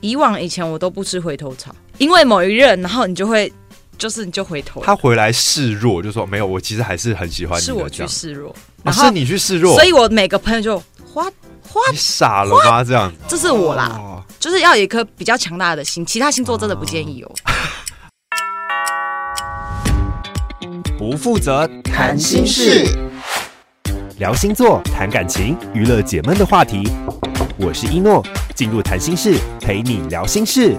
以往以前我都不吃回头草，因为某一任，然后你就会就是你就回头了，他回来示弱，就说没有，我其实还是很喜欢你是的。我这去样，示弱，啊、然后、是你去示弱，所以我每个朋友就花花，你傻了吗？这样这是我啦，哦就是要有一颗比较强大的心，其他星座真的不建 议哦。不负责谈心事，聊星座、谈感情、娱乐解闷的话题。我是一诺，进入谈心室陪你聊心事。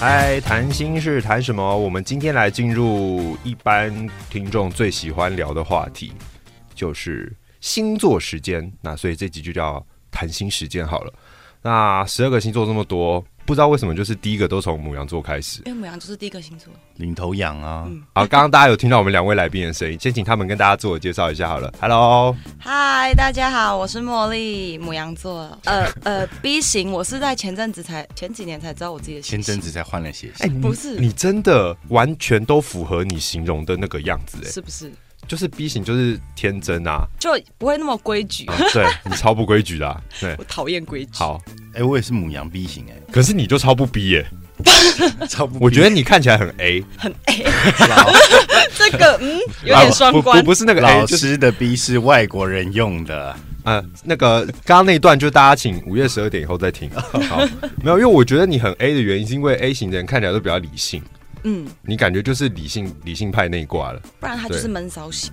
嗨，哎谈心是谈什么？我们今天来进入一般听众最喜欢聊的话题，就是星座时间。那所以这集就叫谈心时间好了。那十二个星座这么多，不知道为什么就是第一个都从母羊座开始。因为母羊就是第一个星座，领头羊啊，好，刚刚大家有听到我们两位来宾的声音，先请他们跟大家自我介绍一下好了。Hello，嗨，大家好，我是茉莉，母羊座，呃呃 B 型，我是在前阵子才前几年才知道我自己的前星阵子才换了血哎、型，你不是你真的完全都符合你形容的那个样子、哎，是不是就是 B 型就是天真啊，就不会那么规矩？ 啊对你超不规矩的、啊，对，我讨厌规矩。好。哎、我也是母羊 B 型哎、可是你就超不逼耶、超不我觉得你看起来很 A， 这个嗯，有点双啊不关不。不是那个 A，老就是师的 B 哎是外国人用的，呃那个刚刚那一段，就大家请午夜十二点以后再 听。好，没有，因为我觉得你很 A 的原因，是因为 A 型的人看起来都比较理性，嗯，你感觉就是理性理性派那一挂了。不然他就是闷骚型。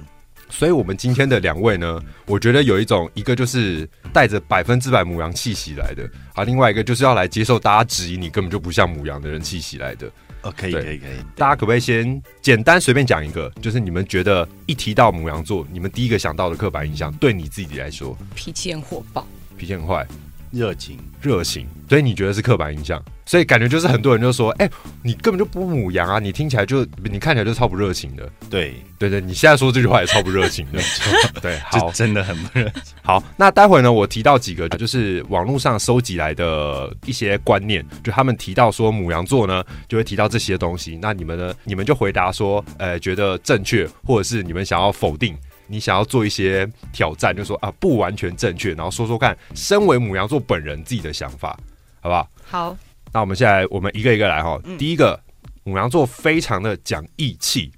所以我们今天的两位呢，我觉得有一种，一个就是带着百分之百母羊气息来的，好，另外一个就是要来接受大家质疑你根本就不像母羊的人气息来的。哦，可以对可以可以，大家可不可以先简单随便讲一个，就是你们觉得一提到母羊座，你们第一个想到的刻板印象，对你自己来说，脾气很火爆，脾气很坏、热情，热情，所以你觉得是刻板印象，所以感觉就是很多人就说，哎、你根本就不母羊啊，你听起来就你看起来就超不热情的，对，对对，你现在说这句话也超不热情的， 对，就好真的很不热情。好，那待会呢，我提到几个就是网络上收集来的一些观念，就他们提到说母羊座呢，就会提到这些东西，那你们呢，你们就回答说，呃，觉得正确，或者是你们想要否定。你想要做一些挑战，就说啊不完全正确，然后说说看，身为母羊座本人自己的想法，好不好？好，那我们现在我们一个一个来哈。第一个，母羊座非常的讲义气，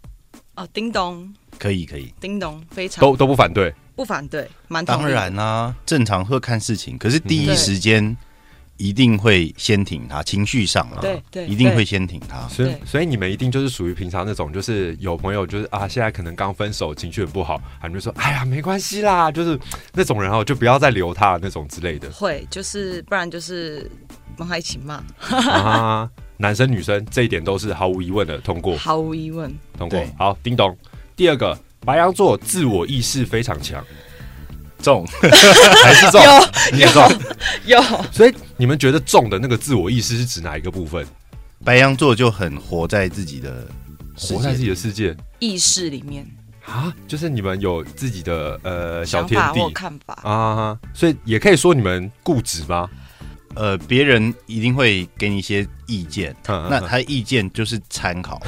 哦，叮咚，可以可以，叮咚，非常都都不反对，不反对，蛮同意当然啦、正常会看事情，可是第一对时间一定会先挺他，情绪上了，对对一定对会先挺他。所以对所以你们一定就是属于平常那种，就是有朋友就是啊，现在可能刚分手，情绪很不好，啊你就说哎呀没关系啦，就是那种人哦，就不要再留他那种之 类的会，就是不然就是帮他一起骂，啊。男生女生这一点都是毫无疑问的通过毫无疑问。通过对。好，叮咚。第二个，白羊座自我意识非常强， 重，还是重，你也重。有所以你们觉得重的那个自我意识是指哪一个部分？白羊座就很活在自己的世界活在自己的世界意识里面啊，就是你们有自己的呃小想天法或地看法，啊，所以也可以说你们固执吗？呃，别人一定会给你一些意见，嗯嗯那嗯他意见就是参 考。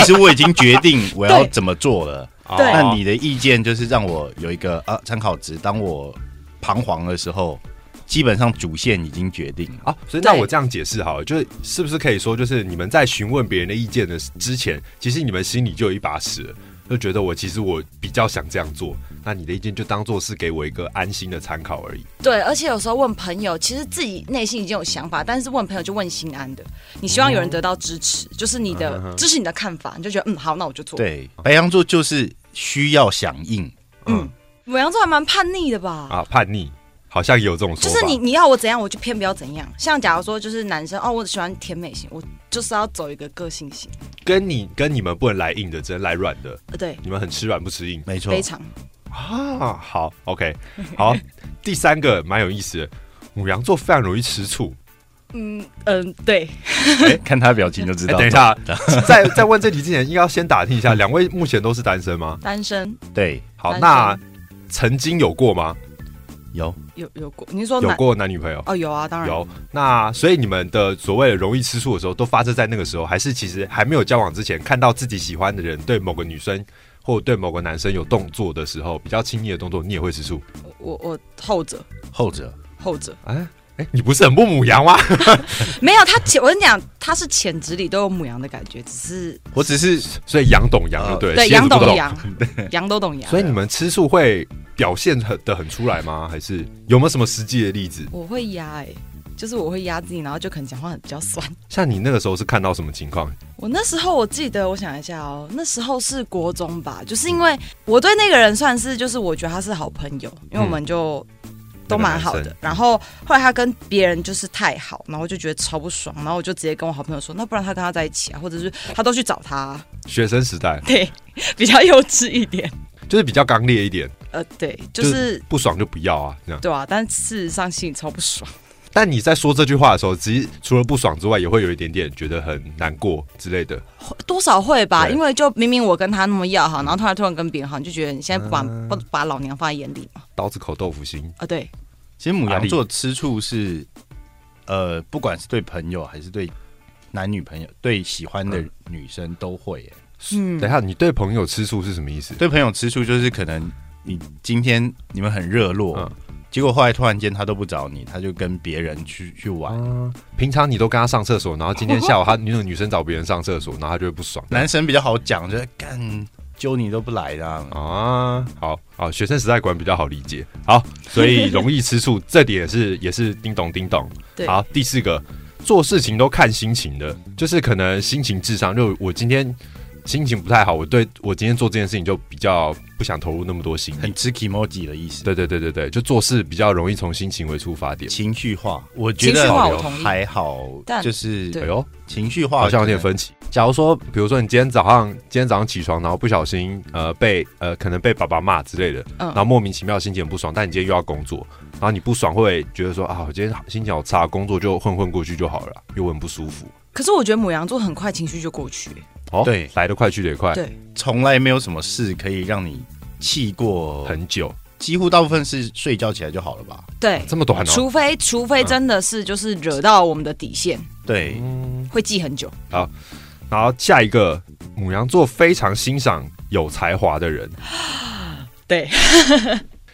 其实我已经决定我要怎么做了，哦对那你的意见就是让我有一个啊参考值。当我彷徨的时候，基本上主线已经决定了。啊，所以那对我这样解释好了，就是是不是可以说，就是你们在询问别人的意见的之前，其实你们心里就有一把尺了，就觉得我其实我比较想这样做，那你的意见就当做是给我一个安心的参考而已。对，而且有时候问朋友，其实自己内心已经有想法，但是问朋友就问心安的。你希望有人得到支持，嗯就是你的、支持你的看法，你就觉得嗯好，那我就做。，哦对，白羊座就是需要响应，嗯母羊座还蛮叛逆的吧？啊，叛逆好像也有这种就说法，是你你要我怎样，我就偏不要怎样。像假如说就是男生哦，我喜欢甜美型，我就是要走一个个性型。跟你跟你们不能来硬的，只能来软的，呃对，你们很吃软不吃硬。没错非，常嗯啊，好，OK，好，第三个蛮有意思的，母羊座非常容易吃醋。嗯嗯对，看他表情就知哎、道。等一，下，在在问这题之前，应该要先打听一下，两位目前都是单身吗？单身对，好，单身那曾经有过吗？有有有过，你是说有男过男女朋友？哦有啊，当然有，那所以你们的所谓的容易吃醋的时候，都发生在那个时候，还是其实还没有交往之前，看到自己喜欢的人对某个女生或者对某个男生有动作的时候，比较亲密的动作，你也会吃醋？我我后者后者后者哎、哎、你不是很不母羊啊吗？没有他潜，我跟你讲，他是潜质里都有母羊的感觉，只是我只是所以羊懂羊就对了，对蝎子羊不懂。羊， 羊都懂羊。所以你们吃醋会表现很的很出来吗？还是有没有什么实际的例子？我会压哎、就是我会压自己，然后就可能讲话很比较酸。像你那个时候是看到什么情况？我那时候我记得，我想一下哦，那时候是国中吧，就是因为我对那个人算是，就是我觉得他是好朋友，因为嗯我们就都蛮好那个的男。生然后后来他跟别人就是太好，然后我就觉得超不爽，然后我就直接跟我好朋友说，那不然他跟他在一起啊，或者是他都去找他啊、 学生时代对，比较幼稚一点。就是比较刚烈一点， 呃，对，就是不爽就不要啊，这样。对啊，但事实上心里超不爽。但你在说这句话的时候，其实除了不爽之外，也会有一点点觉得很难过之类的。 多少会吧，对因为就明明我跟他那么要好，然后突然突然跟别人好，你就觉得你现在不把、嗯不把老娘放在眼里嘛？刀子口豆腐心，啊，对，其实母阿羊力座吃醋是，呃，不管是对朋友还是对男女朋友，对喜欢的女生都会耶。嗯等一下你对朋友吃醋是什么意思？对朋友吃醋就是可能你今天你们很热络，结果后来突然间他都不找你，他就跟别人去去玩。啊，平常你都跟他上厕所，然后今天下午他那种女生找别人上厕所，然后他就会不爽。男生比较好讲，就是干揪你都不来的、啊。啊，好好，学生时代果然比较好理解。好，所以容易吃醋，这点也是也是叮咚叮咚。对好，第四个，做事情都看心情的，就是可能心情至上。就我今天心情不太好，我对我今天做这件事情就比较不想投入那么多心力很。吃 emoji 的意思，对对对对对，就做事比较容易从心情为出发点。情绪化，我觉情绪得化我同意还好，但就是对哎呦，情绪化好像有点可能分歧。假如说，比如说你今天早上今天早上起床，然后不小心呃被呃可能被爸爸骂之类的，嗯然后莫名其妙心情很不爽，但你今天又要工作，然后你不爽会觉得说啊，我今天心情好差，工作就混混过去就好了啦，又很不舒服。可是我觉得母羊座很快情绪就过去，哦，对来得快去得也快，对从来没有什么事可以让你气过，很久几乎大部分是睡觉起来就好了吧？对，这么短哦。除非除非真的是就是惹到我们的底线，对，会记很久。然后下一个母羊座非常欣赏有才华的人， 对，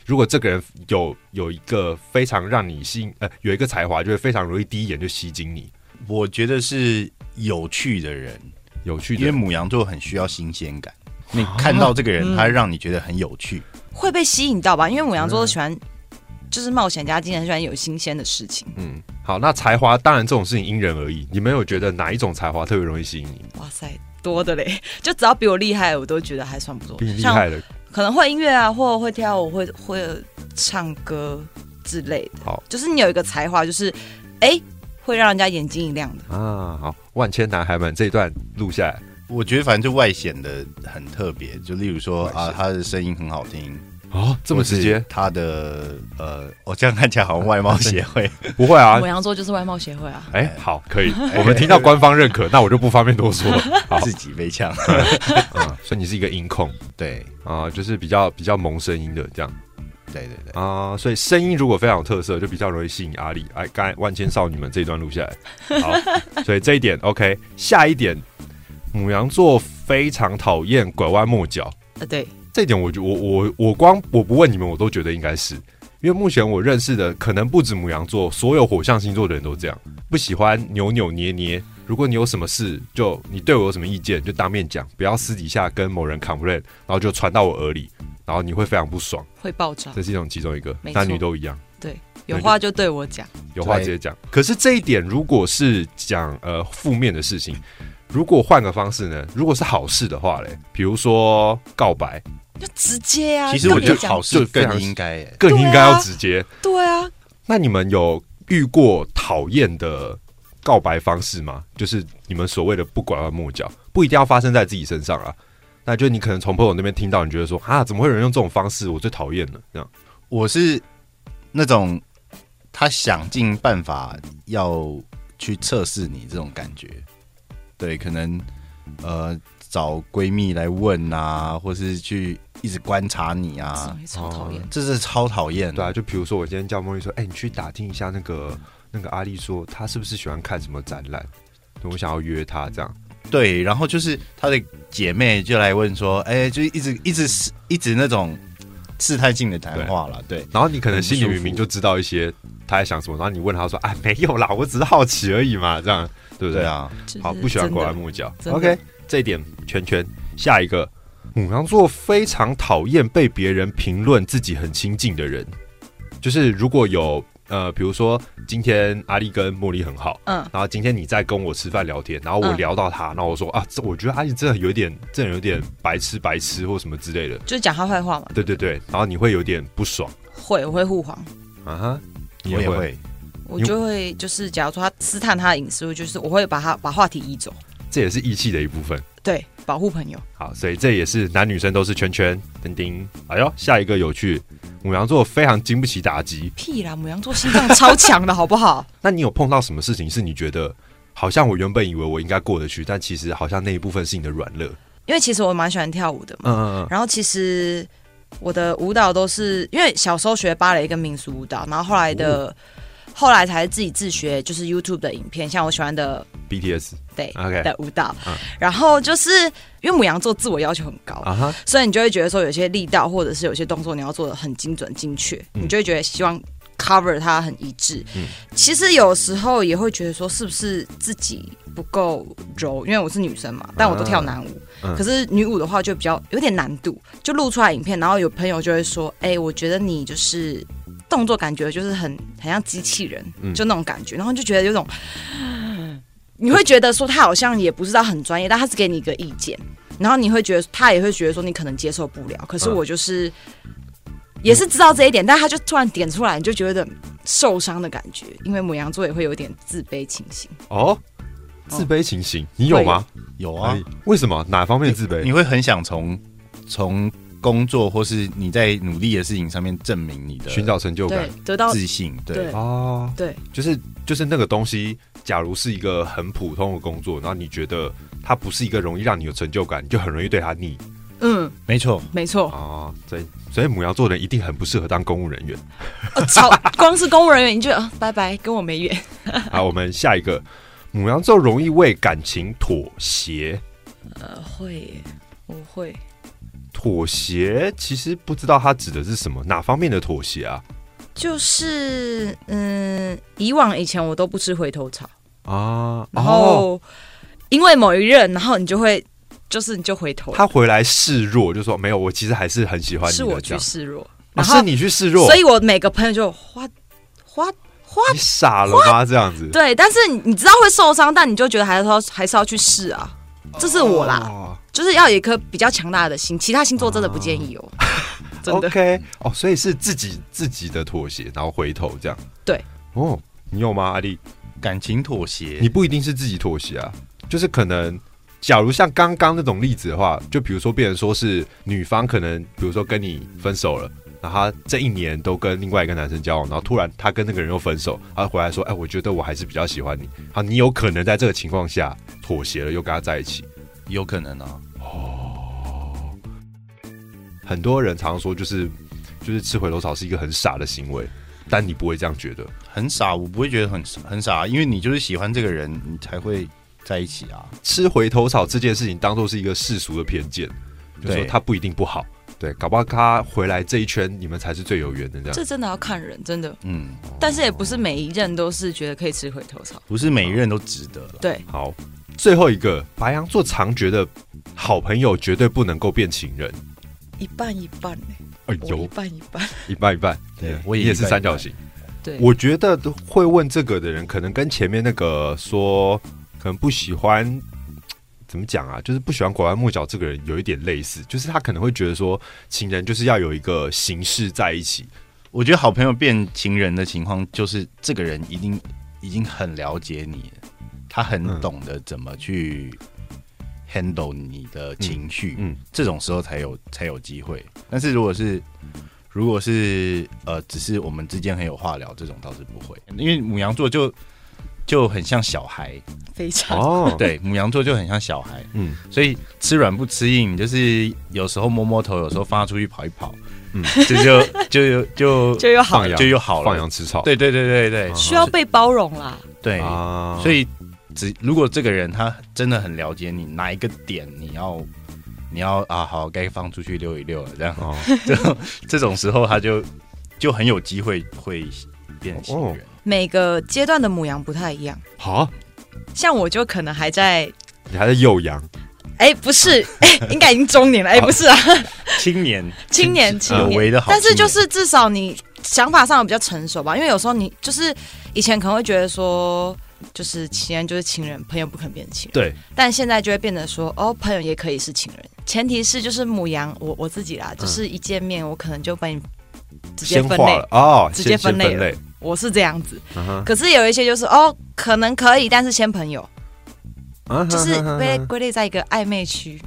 如果这个人有有一个非常让你吸引呃有一个才华，就会非常容易第一眼就吸睛你。我觉得是有趣的啊人，有趣因为的母羊座很需要新鲜感。你看到这个人，他让你觉得很有趣，会被吸引到吧？因为母羊座都喜欢就是冒险家精神，喜欢有新鲜的事情。嗯，好，那才华当然这种事情因人而异。你们有觉得哪一种才华特别容易吸引你？哇塞，多的嘞！ 就只要比我厉害，我都觉得还算不错比你。厉像害的，可能会音乐啊，或会跳舞，会会唱歌之类的。好，就是你有一个才华，就是哎、会让人家眼睛一亮的。啊，好，万千男孩们这一段录下来，我觉得反正就外显的很特别，就例如说外显啊，他的声音很好听，哦，这么直或接是？他的呃，我这样看起来好像外貌协会，不会啊母，羊座就是外貌协会啊。哎、好，可 以，我们听到官方认可，那我就不方便多说了。 好，自己被呛。啊，所以你是一个音控对啊，就是比较比较萌声音的这样对对对，啊，所以声音如果非常有特色，就比较容易吸引阿里。哎，刚才万千少女们这一段录下 来，好，所以这一点 OK。下一点，母羊座非常讨厌拐弯抹角。呃，对，这一点我觉我我我光我不问你们，我都觉得应该是，因为目前我认识的可能不止母羊座，所有火象星座的人都这样，不喜欢扭扭捏捏。如果你有什么事，就你对我有什么意见，就当面讲，不要私底下跟某人 complain，然后就传到我耳里，然后你会非常不爽。会爆炸。这是一种其中一个，没错男女都一样，有话就对我讲，有话直接讲。可是这一点如果是讲呃负面的事情，如果换个方式呢？如果是好事的话嘞，比如说告白，就直接啊。其实我觉就得好就事非常更应该耶，更应该要对啊直接。对啊，那你们有遇过讨厌的告白方式吗？就是你们所谓的不拐弯抹角，不一定要发生在自己身上啊。那就你可能从朋友那边听到，你觉得说啊，怎么会有人用这种方式？我最讨厌了。这样我是那种他想尽办法要去测试你这种感觉，对，可能呃找闺蜜来问啊，或是去一直观察你这啊种，也超讨厌。这是超讨厌对的。啊，就比如说我今天叫茉莉说，哎、你去打听一下那个那个阿丽说，她是不是喜欢看什么展览？我想要约她这样，对，然后就是她的姐妹就来问说，哎，就一直一直试一直那种试探性的谈话了，对，然后你可能心里很不舒明明服就知道一些他在想什么，然后你问他说：“哎，没有啦，我只是好奇而已嘛。”这样对不对？对啊，就是好，不喜嗯欢真的拐弯抹角。真的 OK，这一点圈圈。下一个，母羊座非常讨厌被别人评论自己很亲近的人，就是如果有呃，比如说今天阿丽跟茉莉很好，嗯，然后今天你在跟我吃饭聊天，然后我嗯聊到他，然后我说啊，这我觉得阿丽真的有点，真的有点白痴白痴或什么之类的，就是讲他坏话嘛，对对对，然后你会有点不爽会我会护航，啊哈，你我也会，我你就会就是假如说他私探他的隐私，我就是我会把他把话题移走，这也是义气的一部分。对，保护朋友。好，所以这也是男女生都是圈圈叮叮。哎呦，下一个有趣，母羊座非常经不起打击。屁啦，母羊座心脏超强的好不好？那你有碰到什么事情是你觉得好像我原本以为我应该过得去，但其实好像那一部分是你的软肋？因为其实我蛮喜欢跳舞的嘛，嗯嗯然后其实我的舞蹈都是因为小时候学芭蕾跟民俗舞蹈，然后后来的、哦后来才自己自学，就是 YouTube 的影片，像我喜欢的嗯，BTS 对 OK 的舞蹈嗯然后就是因为母羊座自我要求很高，啊哈，所以你就会觉得说有些力道或者是有些动作你要做的很精准精确，嗯你就会觉得希望 cover 它很一致。其实有时候也会觉得说是不是自己不够柔，因为我是女生嘛，但我都跳男舞，啊嗯可是女舞的话就比较有点难度，就录出来影片，然后有朋友就会说，哎、我觉得你就是。动作感觉就是很很像机器人，嗯就那种感觉，然后就觉得有种， 你会觉得说他好像也不是到很专业，但他是给你一个意见，然后你会觉得他也会觉得说你可能接受不了，可是嗯我就是、也是知道这一点，但他就突然点出来，你就觉得受伤的感觉，因为母羊座也会有一点自卑情形，哦，自卑情形、你有吗？有啊哎，为什么？哪方面自你卑？会很想从从工作或是你在努力的事情上面证明你的寻找成就对感，得到自信，对对哦，对就是就是那个东西，假如是一个很普通的工作，然后你觉得它不是一个容易让你有成就感，你就很容易对它腻嗯，没错，没错，啊、哦。所以所以母羊座的人一定很不适合当公 务人员。呃超光是公务人员你就啊拜拜，跟我没缘，好，我们下一个，母羊座容易为感情妥协。呃会耶，我会，妥协其实不知道它指的是什么，哪方面的妥协啊？就是嗯，以往以前我都不吃回头草。啊，然后、因为某一任，然后你就会就是你就回头了，他回来示弱，就说没有，我其实还是很喜欢你的。是我这去样、示弱，啊、然后、是你去示弱，所以我每个朋友就花花花你傻了吗？这样子，对，但是你你知道会受伤，但你就觉得还是要还是要去试啊。这是我啦，哦就是要有一颗比较强大的心，其他星座真的不建议哦，啊真的。 OK，哦，所以是自己自己的妥协，然后回头这样。对，哦，你有吗，阿丽？感情妥协，你不一定是自己妥协啊，就是可能，假如像刚刚那种例子的话，就比如说，别人说是女方可能，比如说跟你分手了。然后她这一年都跟另外一个男生交往，然后突然她跟那个人又分手，她回来说：“哎，我觉得我还是比较喜欢你。”好，你有可能在这个情况下妥协了，又跟他在一起。有可能啊，很多人常说，就是就是吃回头草是一个很傻的行为，但你不会这样觉得。很傻，我不会觉得很很傻，因为你就是喜欢这个人，你才会在一起啊。吃回头草这件事情当做是一个世俗的偏见，就说对他不一定不好，对，搞不好他回来这一圈，你们才是最有缘的这样。这真的要看人，真的，嗯，但是也不是每一任都是觉得可以吃回头草。不是每一任都值得了。对，好，最后一个白羊座常觉得好朋友绝对不能够变情人，一半一半嘞、哎我一呦，半一半。一半一半，对你我也你也是一半三角形。对，我觉得会问这个的人，可能跟前面那个说可能不喜欢。怎么讲啊？就是不喜欢拐弯抹角这个人有一点类似，就是他可能会觉得说，情人就是要有一个形式在一起，我觉得好朋友变情人的情况，就是这个人一定已经很了解你了，他很嗯懂得怎么去 handle 你的情绪，嗯嗯嗯，这种时候才有才有机会。但是如果是如果是呃，只是我们之间很有话聊，这种倒是不会，因为母羊座就就很像小孩，非常、哦，对，母羊座就很像小孩，嗯，所以吃软不吃硬，就是有时候摸摸头，有时候放他出去跑一跑，嗯嗯，这就就 就就又好放了羊就又好了，放羊吃草，对对对对对啊需要被包容啦。对，啊所以只如果这个人他真的很了解你，哪一个点你要你要啊好该放出去溜一溜了，这样 哦，这种时候他就就很有机会会变性缘。每个阶段的母羊不太一样，好，像我就可能还在，你还在幼羊，哎、不是，哎、应该已经中年了，哎、不是啊，青年青年青有年为的好青但年，是就是至少你想法上比较成熟吧，因为有时候你就是以前可能会觉得说，就是情人就是情人，朋友不可能变成情人，对，但现在就会变得说，哦，朋友也可以是情人，前提是就是母羊，我我自己啦，就是一见面我可能就把你直接先分嗯化类了，哦，直接先分先类分了类，我是这样子，嗯哼可是有一些就是哦，可能可以，但是先朋 友，嗯哼就是哼哼被哼归类在一个暧昧区。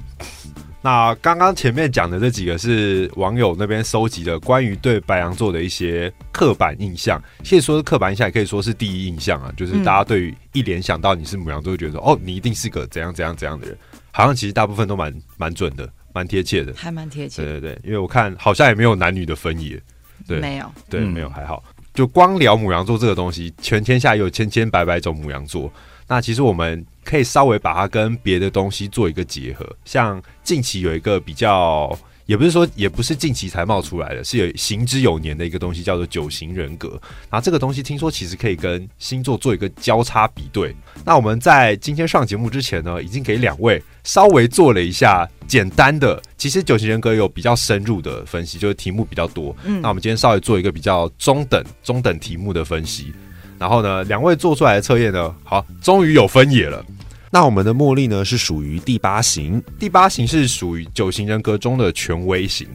那刚刚前面讲的这几个是网友那边收集的关于对白羊座的一些刻板印象，可以说是刻板印象，也可以说是第一印象啊，就是大家对于一联想到你是母羊座，就觉得说哦，你一定是个怎样怎样怎样的人，好像其实大部分都蛮蛮准的，蛮贴切的。还蛮贴切对，对对，因为我看好像也没有男女的分野，对没有，对，嗯没有还好。就光聊母羊座这个东西，全天下有千千百百种母羊座。那其实我们可以稍微把它跟别的东西做一个结合，像近期有一个比较，也不是说也不是近期才冒出来的，是有行之有年的一个东西叫做九型人格。然后这个东西听说其实可以跟星座做一个交叉比对。那我们在今天上节目之前呢，已经给两位稍微做了一下简单的，其实九型人格有比较深入的分析，就是题目比较多。嗯那我们今天稍微做一个比较中等中等题目的分析。然后呢，两位做出来的测验呢，好，终于有分野了。那我们的茉莉呢是属于第八型，第八型是属于九型人格中的权威型。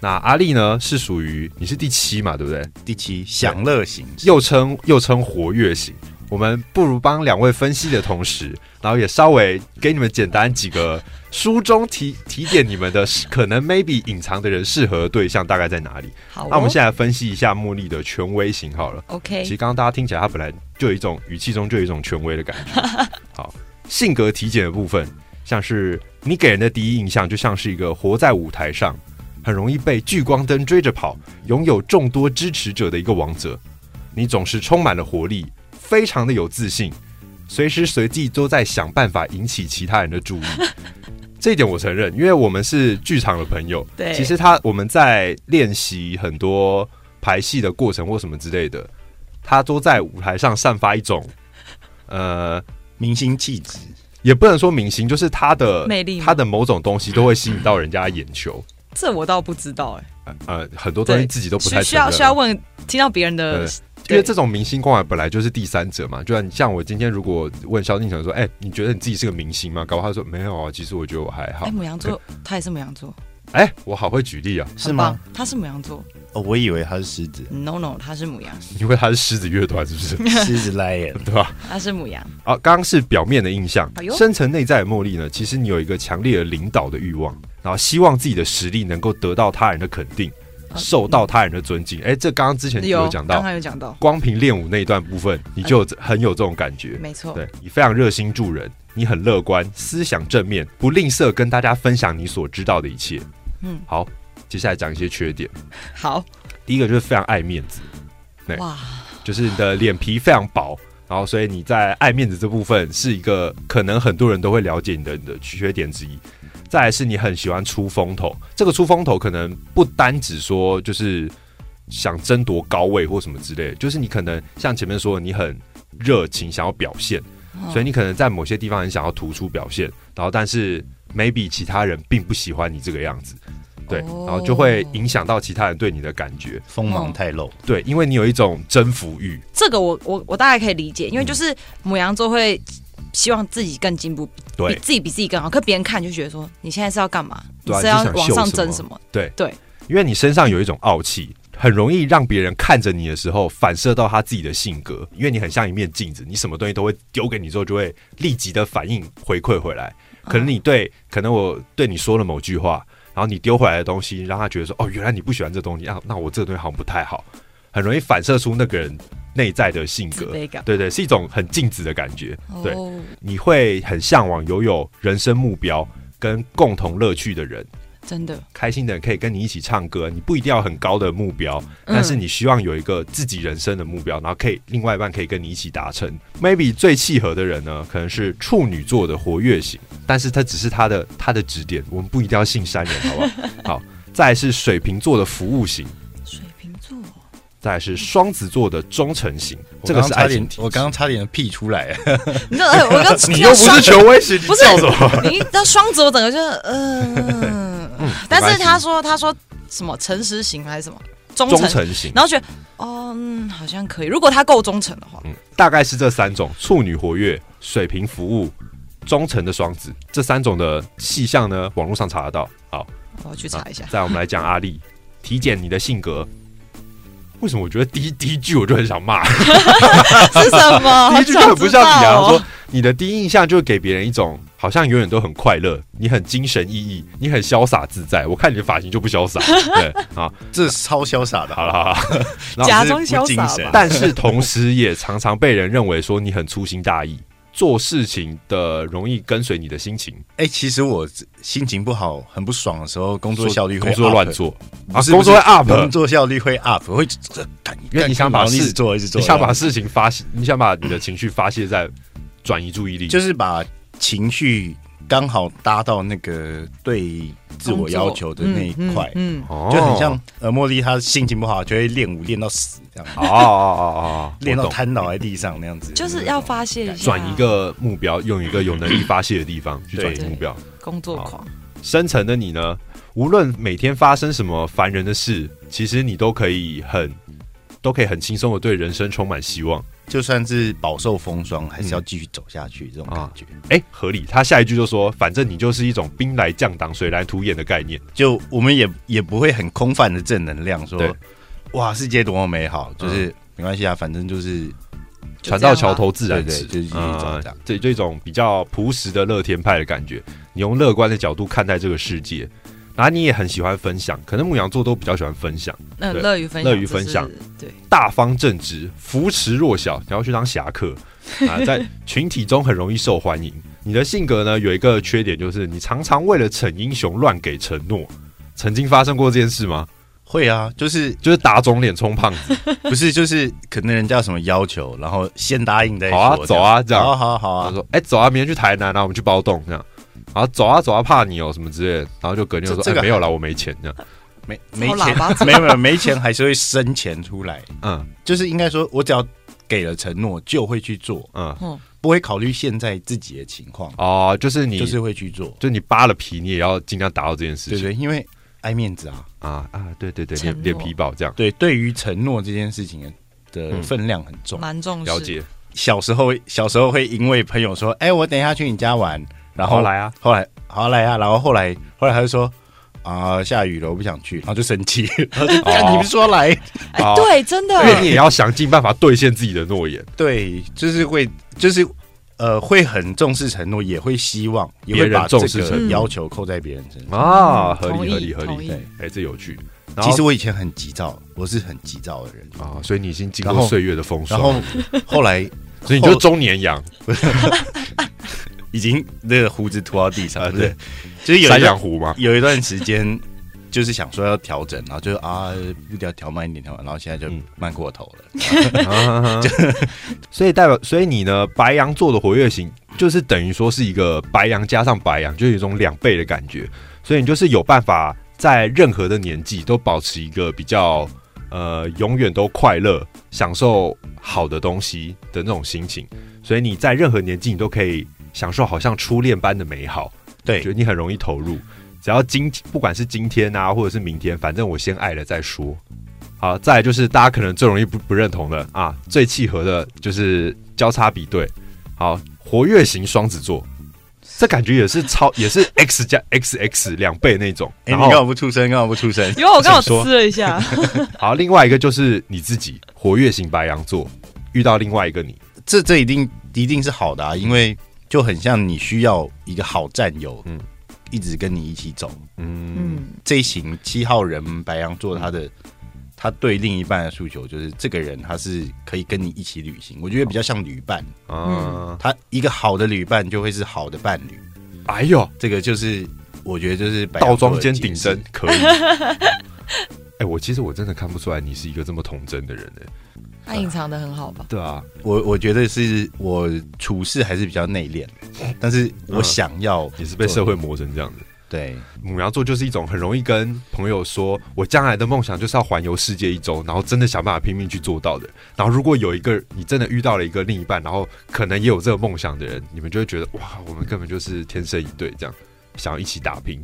那阿丽呢是属于你是第七嘛，对不对？第七享乐型，又称又称活跃型。我们不如帮两位分析的同时，然后也稍微给你们简单几个书中提提点你们的可能 maybe 隐藏的人适合的对象大概在哪里。好、哦，哎那我们现在分析一下茉莉的权威型好了。其 OK，实刚刚大家听起来，他本来就有一种语气中就有一种权威的感 觉。好，性格体检的部分，像是你给人的第一印象，就像是一个活在舞台上，很容易被聚光灯追着跑，拥有众多支持者的一个王者。你总是充满了活力，非常的有自信，随时随地都在想办法引起其他人 的注意。这一点我承认，因为我们是剧场的朋友。对其实他我们在练习很多排戏的过程或什么之类的，他都在舞台上散发一种，呃，明星气质，也不能说明星，就是他的魅力吗他的某种东西都会吸引到人家的眼球。这我倒不知道哎、呃，很多东西对自己都不需太需要承认啊需要问听到别人的对，因对为这种明星光环本来就是第三者嘛，就像像我今天如果问萧敬腾说：“哎、你觉得你自己是个明星吗？”搞不好他说：“没有啊，其实我觉得我还好哎、。母羊座，他也是母羊座，哎、我好会举例啊，是吗很？棒？他是母羊座，哦，我以为他是狮子，No No，他是母羊，因为他是狮子乐团，是不是？狮子 lion，对吧？他是母羊，啊，刚刚是表面的印象哎，呦深层内在的茉莉呢，其实你有一个强烈的领导的欲望，然后希望自己的实力能够得到他人的肯定，受到他人的尊敬。哎、这刚刚之前有刚讲到，啊刚有讲到，光凭练舞那一段部分，你就有这很有这种感觉。没错，对你非常热心助人，你很乐观，思想正面，不吝啬跟大家分享你所知道的一切。嗯，好，接下来讲一些缺点。好第一个就是非常爱面子，对哇，就是你的脸皮非常薄，然后所以你在爱面子这部分是一个可能很多人都会了解你的你的缺点之一。再来是你很喜欢出风头，这个出风头可能不单只说就是想争夺高位或什么之类的，就是你可能像前面说的，你很热情，想要表现，所以你可能在某些地方很想要突出表现，然后但是 maybe 其他人并不喜欢你这个样子，对，哦然后就会影响到其他人对你的感觉，锋芒太露，对，因为你有一种征服欲，这个我我我大概可以理解，嗯因为就是母羊座会希望自己更进步，比对，自己比自己更好，可别人看就觉得说你现在是要干嘛？对啊是要你是往想秀上什么争什么？因为你身上有一种傲气，很容易让别人看着你的时候反射到他自己的性格，因为你很像一面镜子，你什么东西都会丢给你之后，就会立即的反应回馈回来。嗯可能你对，可能我对你说了某句话，然后你丢回来的东西，让他觉得说，哦，原来你不喜欢这东西啊，那我这个东西好像不太好，很容易反射出那个人内在的性自格。卑感，对对，是一种很镜子的感觉。对，哦你会很向往拥有人生目标跟共同乐趣的人，真的，开心的人可以跟你一起唱歌，你不一定要很高的目标，但是你希望有一个自己人生的目标，然后可以另外一半可以跟你一起达成。Maybe 最契合的人呢，可能是处女座的活跃型，但是他只是他的他的指点，我们不一定要信山人，好不好？好，再来是水瓶座的服务型，水瓶 座，再来是双子座的忠诚型，这个我刚是刚差爱情点体，质我刚刚差点屁出来， 你知道哎我刚你又不是权威型，你不是叫什么？你到双子，我整个就是嗯，但是他说他说什么诚实型还是什么忠忠诚，诚型。然后觉得哦，嗯，好像可以，如果他够忠诚的话，嗯，大概是这三种：处女活跃、水瓶服务、忠诚的双子。这三种的细项呢，网络上查得到。好，我要去查 一下。再我们来讲阿丽，体检你的性格。为什么我觉得第一 第一句我就很想骂，是什么？ 第一句就很不像你啊！好 他想知道说哦你的第一印象就给别人一种好像永远都很快乐，你很精神奕奕，你很潇洒自在。我看你的发型就不潇洒，对啊，这是超潇洒的，好了，好了，然后假装只是不潇精洒神吧。但是同时也常常被人认为说你很粗心大意，做事情的容易跟随你的心情，哎、其实我心情不好、很不爽的时候，工作效率会工作 up 乱，做不啊，是嗯工作会不是工 up。作效率会 up，会感因为你想把一事直做一直做，你想把事情发泄，你想把你的情绪发泄在转移注意力，就是是把情绪刚好搭到那个对自我要求的那一块，嗯，嗯哦就很像呃，茉莉她心情不好就会练舞练到死这样，哦哦 哦哦，练我到懂瘫倒在地上那样子，就是要发泄一下，转移一个目标，用一个有能力发泄的地方去转移对目标。工作狂，深层的你呢，无论每天发生什么烦人的事，其实你都可以很都可以很轻松的对人生充满希望。就算是饱受风霜，还是要继续走下去这种感觉。哎、合理。他下一句就说：“反正你就是一种兵来将挡、水来土掩的概念。就我们也也不会很空泛的正能量说对，哇，世界多么美好，就是、没关系啊，反正就是啊就船这样吧到桥头自然啊直，对对就是一种这样这这种比较朴实的乐天派的感觉。你用乐观的角度看待这个世界，然后你也很喜欢分享，可能牧羊座都比较喜欢分享，嗯，对乐于分享，乐于分享这是，对，大方正直，扶持弱小，你要去当侠客啊，在群体中很容易受欢迎。你的性格呢，有一个缺点就是你常常为了逞英雄乱给承诺。曾经发生过这件事吗？会啊，就是就是打肿脸充胖子。 不是就是可能人家有什么要求，然后先答应再说，好啊走啊这样好啊好啊好他啊，说：“哎、走啊，明天去台南啊，然后我们去包栋这样。”然后走啊走啊，怕你哦什么之类的，然后就隔天就说：“这哎、这个没有啦，我没钱这样。没没超喇钱，叭，没有没有没钱还是会生钱出来，” 嗯就是应该说我只要给了承诺就会去做，嗯，嗯，不会考虑现在自己的情况，哦，就是你就就是是会去做，你扒了皮，你也要尽量达到这件事对情不对？因为爱面子啊，啊啊，对对对，承脸诺脸皮薄这样对，对于承诺这件事情的。的嗯分量很重，蛮重视，了解，小时候小时候会因为朋友说，哎、我等一下去你家玩，然后好来啊，后来好来啊，然后后来后来他就说啊、下雨了，我不想去，然后就生 气，哦然后就看你不是说来，哎哦，对，真的因，为你也要想尽办法兑现自己的诺言，对，就是会就是呃会很重视承诺，也会希望也别会人把这重视承个诺要求扣在别人身上。啊，嗯合理合理合同理，意，对同意哎、这有趣。然后其实我以前很急躁，我是很急躁的人，啊，所以你已经经然过后岁月的风然霜，后后来所以你就中年羊，已经那个胡子秃到地啊上，对对，就是有山一段羊胡吗？有一段时间。就是想说要调整，然后就啊，步调调慢一点，调慢，然后现在就嗯慢过头 了。啊，所以代表，所以你呢，白羊座的活跃型就是等于说是一个白羊加上白羊，就有一种两倍的感觉。所以你就是有办法在任何的年纪都保持一个比较呃永远都快乐、享受好的东西的那种心情。所以你在任何年纪你都可以享受好像初恋般的美好，对觉，得你很容易投入。只要今不管是今天啊，或者是明天，反正我先爱了再说。好，再来就是大家可能最容易不不认同的啊，最契合的就是交叉比对。好，活跃型双子座，这感觉也是超也是 X 加 XX 两倍那种。哎、然你干嘛后不出声？干嘛不出声？因为我刚好想说吃了一下，好，另外一个就是你自己，活跃型白羊座遇到另外一个你，这这一定一定是好的啊，因为就很像你需要一个好战友，嗯嗯，一直跟你一起走。嗯， 嗯，这一型七号人白羊座，他的、他对另一半的诉求就是这个人他是可以跟你一起旅行，我觉得比较像旅伴，啊，嗯他一个好的旅伴就会是好的伴侣，哎呦，这个就是我觉得就是百倒杨做装的兼解顶释针，可 以。哎、我其实我真的看不出来你是一个这么童真的人他哎、隐藏的很好吧？对啊，我我觉得是我处事还是比较内敛的，但是嗯我想要也是被社会磨成这样子。对母羊座就是一种很容易跟朋友说，我将来的梦想就是要环游世界一周，然后真的想办法拼命去做到的。然后如果有一个你真的遇到了一个另一半，然后可能也有这个梦想的人，你们就会觉得哇，我们根本就是天生一对，这样想要一起打拼。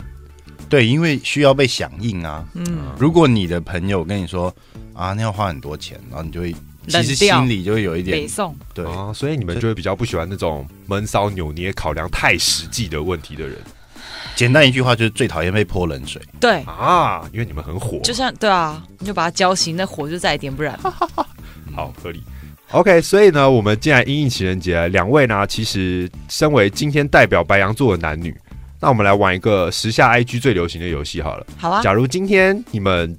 对，因为需要被响应啊。嗯，如果你的朋友跟你说啊，那要花很多钱，然后你就会其实冷掉心里就会有一北点宋对，啊，所以你们就会比较不喜欢那种闷骚扭捏、考量太实际的问题的人简单一句话就是最讨厌被泼冷水。对，啊，因为你们很火，就像对啊，你就把它浇熄，那火就再也点不燃。好合理。OK，所以呢，我们既然因应情人节，两位呢，其实身为今天代表白羊座的男女，那我们来玩一个时下 IG 最流行的游戏好了。好啊，假如今天你们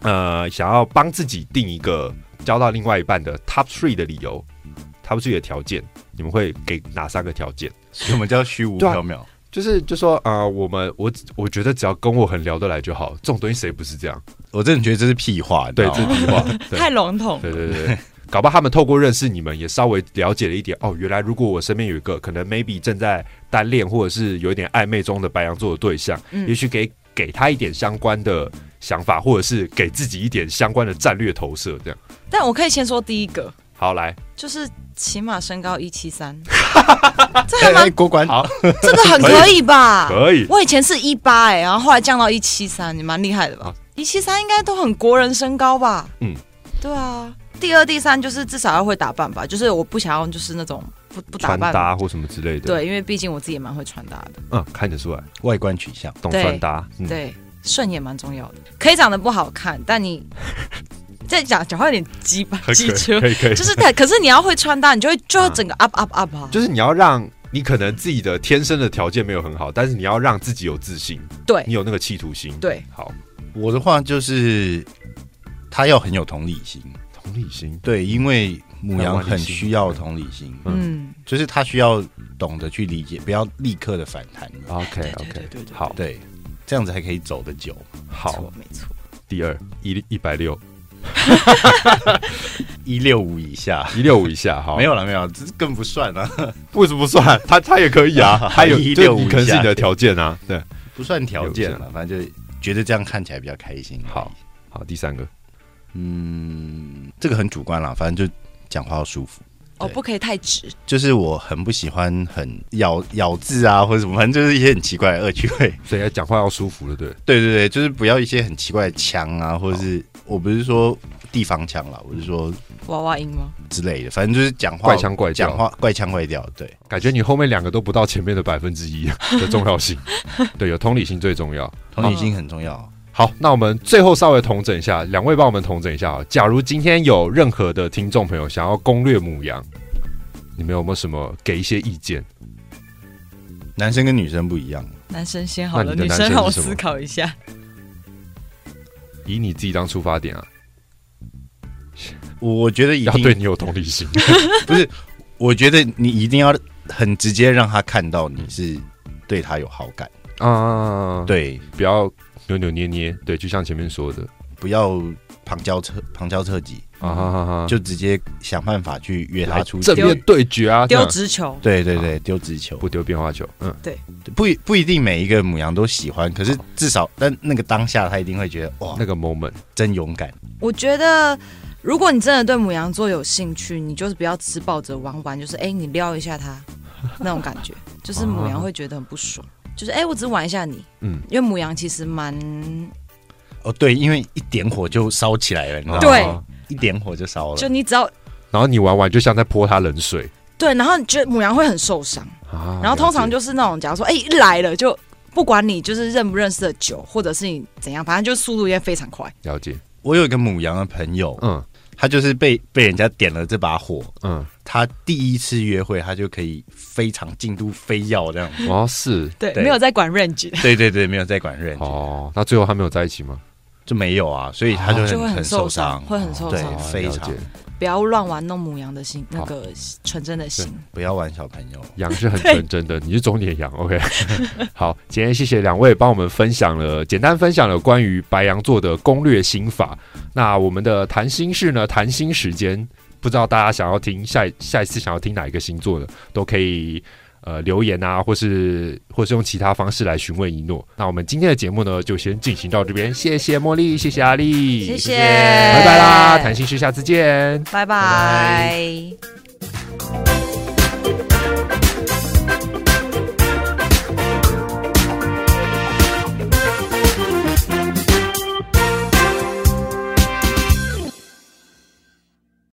呃想要帮自己定一个交到另外一半的 Top Three 的理由，Top Three 的条件，你们会给哪三个条件？什么叫虚无对啊缥缈？就是就说呃，我们我我觉得只要跟我很聊得来就好，这种东西谁不是这样？我真的觉得这是屁话，你知对，道这是屁吗话。对太笼统。对对对，对搞不好他们透过认识你们，也稍微了解了一点哦。原来如果我身边有一个可能 maybe 正在单恋或者是有一点暧昧中的白羊座的对象，嗯也许给给他一点相关的想法，或者是给自己一点相关的战略投射，这样。但我可以先说第一个，好，来，就是起码身高一七 三，哎哎，国管好这个很可以吧？可以我以前是一八哎，然后后来降到一七三，你蛮厉害的吧啊？一七三应该都很国人身高吧？嗯，对啊。第二、第三就是至少要会打扮吧，就是我不想要就是那种不不打穿扮，搭或什么之类的，，对，因为毕竟我自己也蛮会穿搭的，嗯，看得出来，外观取向，懂对穿搭，嗯，对，顺眼蛮重要的。可以长得不好看，但你 这讲讲话有点鸡巴很鸡 车，可以可以，就是可可是你要会穿搭，你就会就会啊整个 up up up 啊，就是你要让。你可能自己的天生的条件没有很好，但是你要让自己有自信，对你有那个企图心。，对，好，我的话就是他要很有同理心，同理心，对，因为母要羊同理很心需要同理心，嗯，就是他需要懂得去理解，不要立刻的反弹你，对 OK 对 OK，对对对好对，这样子才可以走得久。没好错。没错。第二一一百六一六五以下，一六五以下，好，没有了，没有啦，这更不算啊，为什么不算？ 他他也可以啊， 他有165就你可能以是下你的条件啊。对，不算条件了，反正就觉得这样看起来比较开心。好，好，第三个嗯，这个很主观啦，反正就讲话要舒服。哦，对不可以太直，就是我很不喜欢很咬咬字啊，或者什么，反正就是一些很奇怪的恶趣 味。所以讲话要舒服了，对，对对对，就是不要一些很奇怪的腔啊，或者是我不是说地方腔啦，我是说娃娃音吗？之类的，反正就是讲话怪腔怪讲调，话怪腔怪调。对，感觉你后面两个都不到前面的百分之 一的重要性。对，有同理心最重要。同理心很重要。好，那我们最后稍微统整一下，两位帮我们统整一下啊。假如今天有任何的听众朋友想要攻略母羊，你们有没有什么给一些意见？男生跟女生不一样，男生先好了，那你的女男生生让我是什么啊思考一下。以你自己当出发点啊，我觉得一要定对你有同理 心。不是，我觉得你一定要很直接让他看到你是对他有好感，啊，，对，不要扭扭捏捏，对，就像前面说的不要旁敲侧旁敲侧击，啊哈哈哈，就直接想办法去约他出去正面对决啊，这丢样直球，对对对，丢直球啊不丢变化球，嗯，不一不一定每一个母羊都喜欢，可是至少但那个当下他一定会觉得哇，哦那个 moment 真勇敢，我觉得。如果你真的对母羊座有兴趣，你就是不要只抱着玩玩，就是哎、你撩一下它那种感觉，就是母羊会觉得很不爽。就是哎、我只玩一下你，啊嗯嗯，因为母羊其实蛮哦，对，因为一点火就烧起来了，你知道吗？对啊一点火就烧就了。你只要然后你玩完就像在泼他冷水对，然后你觉得母羊会很受伤，哦啊，然后通常就就是那种，假如说哎、一来了就不管你就是认不认识的久，或者是你怎样，反正就速度也非常快。了解，我有一个母羊的朋友，嗯他就是被被人家点了这把火，嗯，他第一次约会他就可以非常进度飞要 这样。哦是对对没有在管 range，对对对，没有在管人。哦哦，那最后他没有在一起吗？就没有啊，所以他就哦就会很很受哦受伤，会很受对伤。非常了解不要乱玩弄母羊的心，那好个纯真的心。不要玩小朋友，羊是很纯真的，你是中年羊，OK？好，今天谢谢两位帮我们分享了，简单分享了关于白羊座的攻略心法。那我们的谈心事呢，谈心时间，不知道大家想要听下一下一次想要听哪一个星座的，都可以呃留言啊，或是或是用其他方式来询问一诺。那我们今天的节目呢，就先进行到这边，谢谢茉莉，谢谢阿丽，谢谢拜拜啦，谈心事，下次见。拜拜。